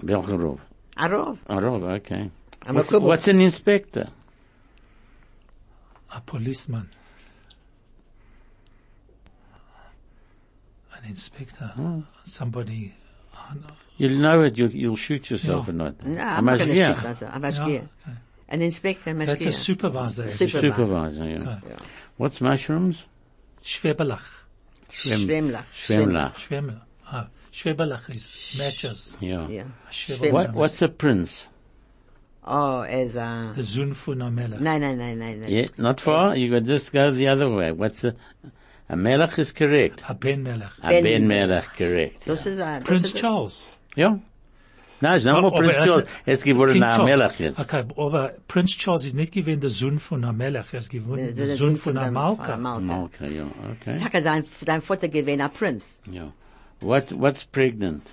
Speaker 3: welcher Ruf?
Speaker 4: A Rov.
Speaker 3: A Ruf, okay.
Speaker 4: Am
Speaker 3: What's,
Speaker 4: Kubbel.
Speaker 3: what's an inspector?
Speaker 2: A policeman. An inspector.
Speaker 4: Hmm.
Speaker 2: Somebody.
Speaker 3: You'll know it, you'll, you'll shoot yourself
Speaker 2: Ja.
Speaker 3: or not.
Speaker 4: Na,
Speaker 3: A
Speaker 4: man kann nicht
Speaker 3: Maschgiach.
Speaker 4: schießen, also. Ein
Speaker 2: Ja,
Speaker 4: Maschgier.
Speaker 2: okay.
Speaker 4: Ein Inspektor, ein
Speaker 2: That's a
Speaker 4: Maschgier.
Speaker 2: supervisor.
Speaker 4: Super-
Speaker 3: Supervisor, yeah.
Speaker 2: Okay.
Speaker 3: What's mushrooms?
Speaker 2: Schwebelach.
Speaker 4: Schwemmler.
Speaker 3: Schwemmler.
Speaker 2: Schwemmler. Ah, Schwebelach is matches.
Speaker 3: Yeah.
Speaker 4: Ja.
Speaker 2: Schwebelach.
Speaker 3: What, what's a prince?
Speaker 4: Oh, er ist ein...
Speaker 2: The Zunfunamela.
Speaker 4: Nein, nein, nein, nein, nein.
Speaker 3: Yeah, not far. You could just go the other way. What's a, a melech is correct.
Speaker 2: A Ben Melach.
Speaker 3: A
Speaker 4: Ben-
Speaker 3: ben melech, correct.
Speaker 4: Das ist ein... das
Speaker 2: Prince
Speaker 4: ist ein-
Speaker 2: Charles.
Speaker 3: Yeah. No, it's not more
Speaker 2: aber
Speaker 3: Prince
Speaker 2: erst-
Speaker 3: Charles. Es geworden
Speaker 2: King
Speaker 3: a
Speaker 2: Charles.
Speaker 3: melech jetzt.
Speaker 2: Okay, aber Prince Charles ist nicht gewesen der Sohn von einer Melech, er ist
Speaker 4: das
Speaker 2: gewesen
Speaker 4: ist
Speaker 2: der
Speaker 4: ein
Speaker 2: Sohn von einer
Speaker 4: dem-
Speaker 2: Malka.
Speaker 4: Malka.
Speaker 3: Mm, Okay, yeah, okay.
Speaker 4: Sag er, sein, dein Vater gewesen, ein Prinz.
Speaker 3: Yeah. What, what's pregnant?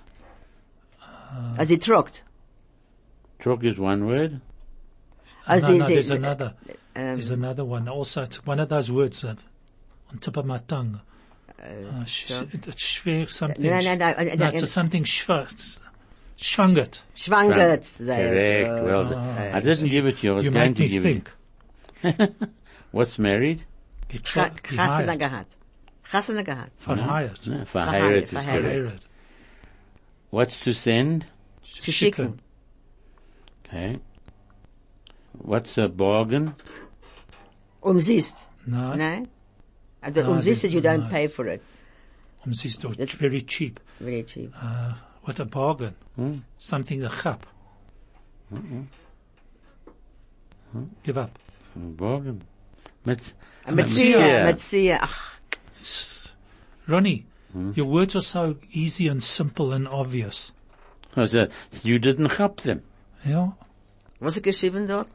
Speaker 2: Ah.
Speaker 4: Also sie trockt.
Speaker 3: Trog is one word.
Speaker 4: Also
Speaker 2: no, no,
Speaker 4: sie,
Speaker 2: there's
Speaker 4: sie,
Speaker 2: another, there's another one. Also, it's one of those words that on top of my tongue. Uh, sh- it's schwer, something.
Speaker 4: Nein, nein, nein,
Speaker 2: sh-
Speaker 4: nein,
Speaker 2: no, uh,
Speaker 4: nein.
Speaker 2: it's something schwer. Schwangert.
Speaker 4: schwangert. sei,
Speaker 3: Correct.
Speaker 4: äh,
Speaker 3: Well, I didn't give it to you. I was
Speaker 2: You
Speaker 3: going
Speaker 2: make
Speaker 3: to
Speaker 2: me
Speaker 3: give it.
Speaker 2: think.
Speaker 3: What's married?
Speaker 4: Ka-
Speaker 2: Getro- gehired.
Speaker 4: Chasana gehabt. Chasana gehabt.
Speaker 2: Verheirat.
Speaker 3: No, verheirat is
Speaker 4: Verheirat.
Speaker 3: correct.
Speaker 2: Verheirat.
Speaker 3: What's to send?
Speaker 4: Zu schicken.
Speaker 3: Okay. What's a bargain?
Speaker 4: Um siehst.
Speaker 2: Nein.
Speaker 4: Nein? Also
Speaker 2: Nein,
Speaker 4: um siehst,
Speaker 2: Ah, das-
Speaker 4: you don't
Speaker 2: nein.
Speaker 4: pay for it.
Speaker 2: Um, sie ist doch
Speaker 4: Jetzt-
Speaker 2: very cheap.
Speaker 4: Very cheap.
Speaker 2: Uh, what a bargain. Something a chap. Give up.
Speaker 3: Bargain. Mit,
Speaker 4: Mit Sia, mit Sia. Ach,
Speaker 2: Ronnie, your words are so easy and simple and obvious.
Speaker 3: I said, you didn't help them.
Speaker 2: Yeah.
Speaker 4: was ist geschrieben dort?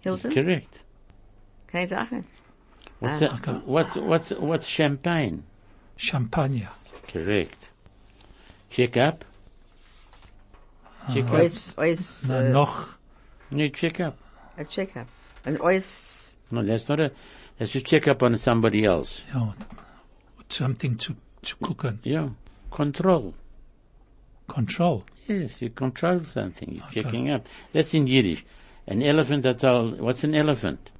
Speaker 4: Hilton?
Speaker 3: Correct.
Speaker 4: Keine Sache.
Speaker 3: What's,
Speaker 4: Ah.
Speaker 3: a, what's, what's, what's champagne?
Speaker 2: Champagne.
Speaker 3: Correct. Check up. Check up.
Speaker 4: Ois, ois,
Speaker 2: No,
Speaker 4: äh,
Speaker 2: noch.
Speaker 3: No, check up.
Speaker 4: a check-up. Ein ois,
Speaker 3: No, that's not a, that's a check up on somebody else.
Speaker 2: Yeah. Something to, to cook and
Speaker 3: Yeah. Control.
Speaker 2: control.
Speaker 3: Yes, you control something. You're checking up. That's in Yiddish. An elephant at all. What's an elephant?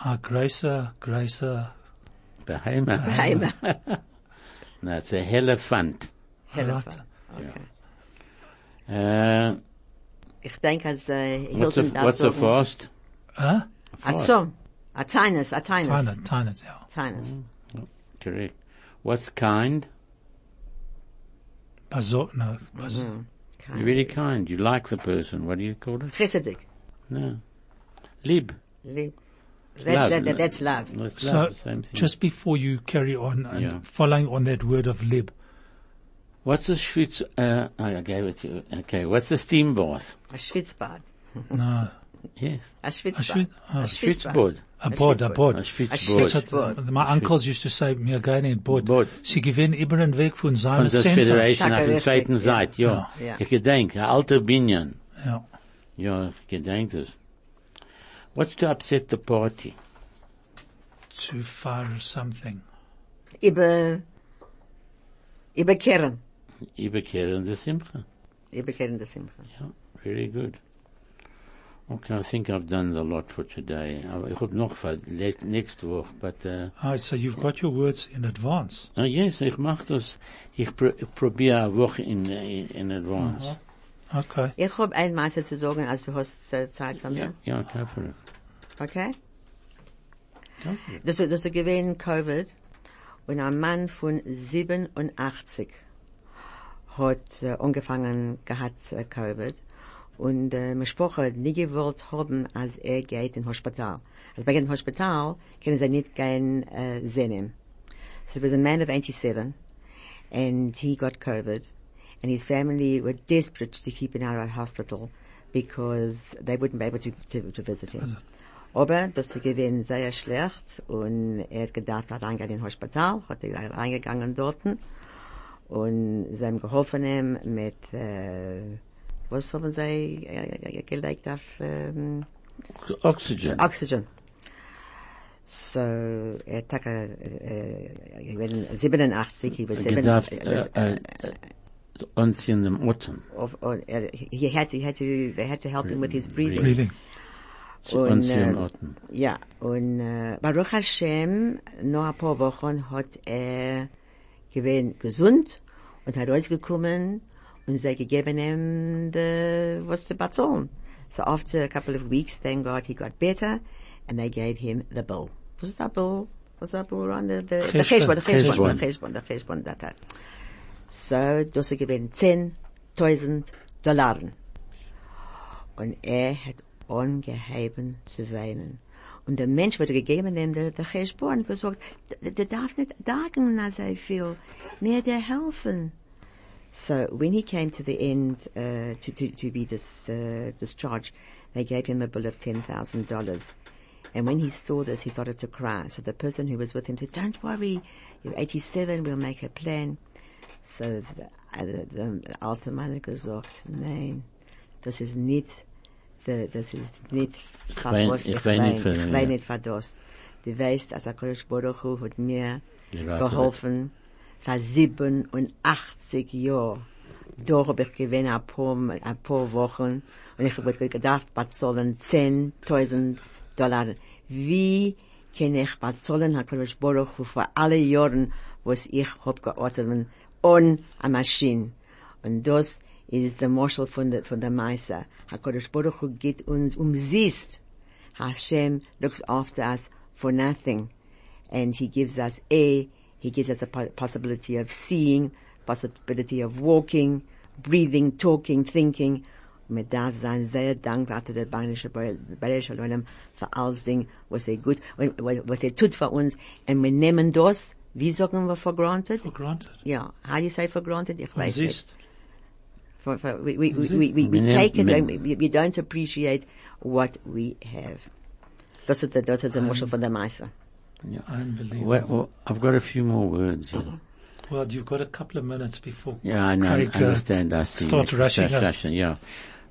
Speaker 2: Ah, Gracer, Gracer.
Speaker 3: Behemoth.
Speaker 4: Heime.
Speaker 3: No, it's a elephant.
Speaker 4: Helfer.
Speaker 3: Uh,
Speaker 4: Ich denke, als äh,
Speaker 3: what's a,
Speaker 4: Hilton darf
Speaker 3: what's a
Speaker 4: sagen.
Speaker 3: fast?
Speaker 2: Huh?
Speaker 4: Azom. A tines, a tines.
Speaker 2: Tana, Tana, yeah.
Speaker 4: Tines.
Speaker 3: Correct. What's kind?
Speaker 2: Bazo, no. Bazo.
Speaker 3: You're really kind. You like the person. What do you call it?
Speaker 4: Chesedic.
Speaker 3: No. Lib.
Speaker 4: Lieb.
Speaker 3: Love,
Speaker 4: That's, that, that,
Speaker 3: no?
Speaker 4: that's love.
Speaker 3: No, it's
Speaker 2: So,
Speaker 3: love, same thing.
Speaker 2: just before you carry on and
Speaker 3: Yeah.
Speaker 2: following on that word of lib,
Speaker 3: What's a Schwitz? Uh, I gave it to you. Okay. What's a steam bath?
Speaker 4: A Schwitzbad.
Speaker 2: no,
Speaker 3: Yes.
Speaker 4: A
Speaker 2: Schwitz-
Speaker 4: Schwitzbad.
Speaker 2: ah,
Speaker 3: Schwitzbad.
Speaker 2: a bod, a bod.
Speaker 3: A
Speaker 4: That's
Speaker 3: Schwitzbad.
Speaker 4: Schwitz-
Speaker 2: That's what
Speaker 4: Bod.
Speaker 2: my uncles used to say, mir gehen in bod.
Speaker 3: Bod.
Speaker 2: Sie gewinnen über den Weg von
Speaker 3: Von
Speaker 2: seiner
Speaker 3: der
Speaker 2: Center.
Speaker 3: Federation auf der
Speaker 4: Tacker
Speaker 3: zweiten
Speaker 4: richtig, ja.
Speaker 3: Seite, ja.
Speaker 4: Ja.
Speaker 3: Ich gedenk, ein alter Binion.
Speaker 2: Ja.
Speaker 3: Ja, ich gedenk das. What's to upset the party?
Speaker 2: Too far something.
Speaker 4: Über, überkehren.
Speaker 3: Überkehren der Simcha.
Speaker 4: Überkehren das Simcha.
Speaker 3: Ja, Oh, Very good. Okay, I think I've done a lot for today. I hope noch for le- next week, but uh,
Speaker 2: Ah, so you've got your words in advance.
Speaker 3: ah, yes, ich mach das. Ich, pr ich probiere eine Woche in, in, in advance.
Speaker 2: Uh-huh. Okay.
Speaker 4: Ich hab ein Maße zu sagen, als du hast äh, Zeit von
Speaker 3: Ja,
Speaker 4: mir.
Speaker 3: ja, Kaffee.
Speaker 4: Okay?
Speaker 3: Ja.
Speaker 4: Das, das ist gewesen Covid und ein Mann von 87 hat äh, angefangen gehabt äh, Covid und äh, meine Sprache hat nie gewollt haben, als er geht in Hospital. Als er geht in Hospital, können sie nicht gehen äh, sehen. So he was a man of 87 and he got COVID and his family were desperate to keep him out of hospital because they wouldn't be able to, to, to visit him. Aber das war gewesen sehr schlecht und er hat gedacht, er hat reingehen in Hospital, hat er reingegangen dort und sie haben geholfen ihm mit, äh, was haben sie äh, gelegt auf, ähm,
Speaker 3: Oxygen.
Speaker 4: Oxygen. So, er hat taka, äh, äh, ich bin 87, ich bin 87.
Speaker 3: Gedacht,
Speaker 4: äh,
Speaker 3: äh,
Speaker 4: äh,
Speaker 3: äh, uns in dem Atem.
Speaker 4: Of, or, er, he had to, he had to, they had to help him with his breathing.
Speaker 2: Breathing. Oh,
Speaker 3: Uns
Speaker 4: äh,
Speaker 3: in Atem.
Speaker 4: ja, und äh, Baruch Hashem, noch ein paar Wochen hat er gewesen gesund und hat rausgekommen und sie gegeben ihm the, was zu bezahlen. So after a couple of weeks, thank God, he got better and they gave him the bill. Was ist der bill? Was ist der bill, Ron? The, the, the
Speaker 2: Cheshbon.
Speaker 4: Cheshbon, the
Speaker 3: Cheshbon.
Speaker 4: Cheshbon, the Cheshbon, the Cheshbon, that hat. So, das er gewesen 10.000 Dollar. Und er hat angeheben zu weinen. Und der Mensch wurde gegeben, dem der, der Cheshbon gesagt, der, der darf nicht dagen, als er viel, mehr der helfen. So when he came to the end uh, to, to, to be dis, uh, discharged, they gave him a bill of $10,000. And when he saw this, he started to cry. So the person who was with him said, don't worry, you're 87, we'll make a plan. So the, uh, the, the alte Mann hat gesagt, nein, das ist nicht, the, das ist nicht,
Speaker 3: wein-
Speaker 4: was
Speaker 3: ich wein nicht für-
Speaker 4: ich wein
Speaker 3: ja.
Speaker 4: nicht für das. Du weißt, als HaKadosh Baruch Hu hat mir
Speaker 3: Geraten.
Speaker 4: geholfen, vor 87 Jahren. Da hab ich gewinnt ein paar, ein paar Wochen und ich hab gedacht, bezahlen 10.000 Dollar. Wie kann ich bezahlen, HaKadosh Baruch Hu, vor alle Jahren, was ich hab geatmet, ohne eine Maschine. Und das ist der Marshal von der, von der Meister. HaKadosh Baruch Hu geht uns umsiest. Hashem looks after us for nothing. And he gives us A, he gives us a po- possibility of seeing, possibility of walking, breathing, talking, thinking. Man darf sein sehr dankbar zu der Bayerische Leute für alles Ding, was er gut, was er tut für uns. Und wir nehmen das, wie sagen wir for granted?
Speaker 2: For granted.
Speaker 4: Ja, how do you say for granted? Ich weiß nicht.
Speaker 2: Exist.
Speaker 4: For, for, we, we, we, we, we, we
Speaker 3: Minim-
Speaker 4: take it
Speaker 3: min-
Speaker 4: and we, we don't appreciate what we have. Das ist, der- das ist der Muschel von der Meister.
Speaker 2: Unbelievable.
Speaker 3: Well, well, I've got a few more words here.
Speaker 2: Well, you've got a couple of minutes before.
Speaker 3: Yeah, I know.
Speaker 2: Craig,
Speaker 3: I
Speaker 2: uh,
Speaker 3: understand. I see.
Speaker 2: start rushing
Speaker 3: Rush-
Speaker 2: us.
Speaker 3: rushing, yeah.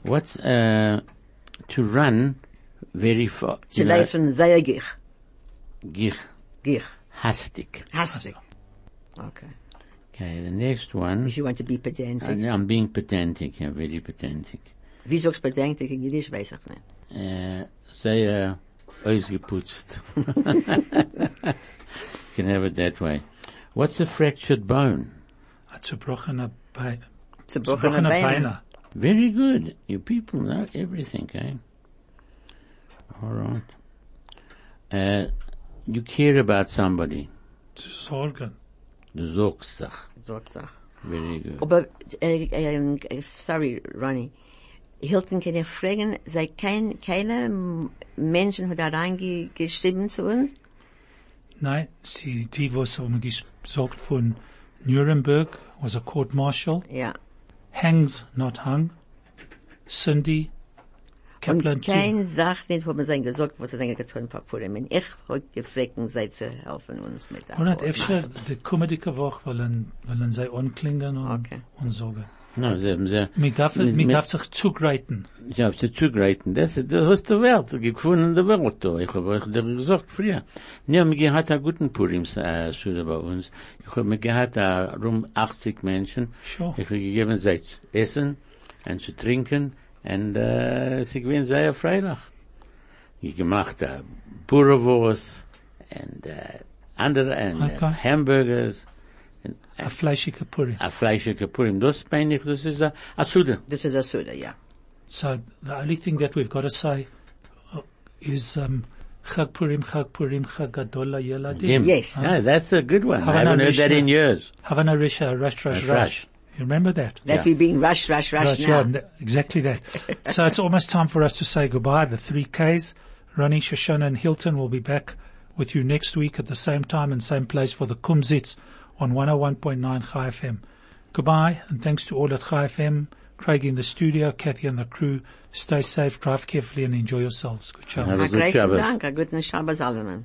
Speaker 3: What's uh, to run very far?
Speaker 4: Zu laufen sehr gich.
Speaker 3: Gich,
Speaker 4: Gich.
Speaker 3: hastig.
Speaker 4: Hastig. Okay.
Speaker 3: Okay, the next one.
Speaker 4: If you want to be pedantic.
Speaker 3: And I'm being pedantic. Yeah, very pedantic.
Speaker 4: Wie sagst pedantic in Jiddisch, weiß ich nicht.
Speaker 3: Uh, they are ausgeputzt. Can have it that way. What's a fractured bone?
Speaker 2: A zerbrochener Bein.
Speaker 4: Zerbrochene
Speaker 2: Zerbrochener
Speaker 4: Beine.
Speaker 2: Beine.
Speaker 3: Very good. You people know everything, eh? All right. Uh, you care about somebody.
Speaker 2: Zu sorgen.
Speaker 3: Du sorgst dich.
Speaker 4: Sorgt's.
Speaker 3: Very good.
Speaker 4: Aber, äh, äh, äh, sorry, Ronnie. Hilton kann ich fragen, sei kein, keine M- Menschen hat da reingeschrieben zu uns?
Speaker 2: Nein, sie, die, was haben gesagt von Nuremberg, was a court martial.
Speaker 4: Ja.
Speaker 2: Hanged, not hung. Cindy. Kaplan
Speaker 4: Und kein Sach, nicht, wo man sein gesagt, was er dann getan hat, vor dem. Und ich wollte gefragt, um sei zu helfen uns mit der
Speaker 2: Und hat
Speaker 4: Arbeit.
Speaker 2: öfter die kommende Woche wollen, wollen sie anklingen und,
Speaker 4: Okay.
Speaker 2: und sagen.
Speaker 3: No, sie haben sehr...
Speaker 2: Mir darf,
Speaker 3: mit-
Speaker 2: mir
Speaker 3: mit-
Speaker 2: darf sich zugreiten.
Speaker 3: Ich habe sie zugreiten. Das ist, das ist die Welt. Gefunden die Welt da. Ich habe euch das gesagt früher. Ja, mir gehört einen guten Purim-Schule bei uns. Ich habe mir gehört äh, rund 80 Menschen.
Speaker 2: Sure.
Speaker 3: Ich habe gegeben, sie zu essen und zu trinken Und äh, sie gewinnt sehr freilich. Ich gemacht äh, Burrowurst und äh, andere und,
Speaker 2: Okay.
Speaker 3: äh, Hamburgers,
Speaker 2: a fleischige Purim.
Speaker 3: a Fleisch Kapurim. Das meine ich, das ist a, a Suda.
Speaker 4: Das ist das Suda, ja.
Speaker 2: So the only thing that we've got to say uh, is um, Chag Purim, Chag Purim, Chag Gadol
Speaker 3: Dim.
Speaker 2: Yeladim.
Speaker 4: Yes.
Speaker 3: Ah, that's a good one. I
Speaker 2: Havana
Speaker 3: haven't heard that
Speaker 2: Mishnah.
Speaker 3: in years.
Speaker 2: Havana Risha, Rush, Rush,
Speaker 3: Rush,
Speaker 2: Rush.
Speaker 3: Rush.
Speaker 2: You remember that?
Speaker 4: That
Speaker 3: Yeah.
Speaker 4: we being rush, rush, rush
Speaker 2: Right,
Speaker 4: now.
Speaker 2: yeah, th- exactly that. so it's almost time for us to say goodbye. The three Ks, Ronnie, Shoshana and Hilton will be back with you next week at the same time and same place for the Kumsitz on 101.9 Chai FM. Goodbye and thanks to all at Chai FM, Craig in the studio, Kathy and the crew. Stay safe, drive carefully and enjoy yourselves. Good show.
Speaker 3: Have a
Speaker 4: A
Speaker 3: good
Speaker 4: great
Speaker 3: Shabbos.
Speaker 4: Dank, a guten Shabbos, Allemann.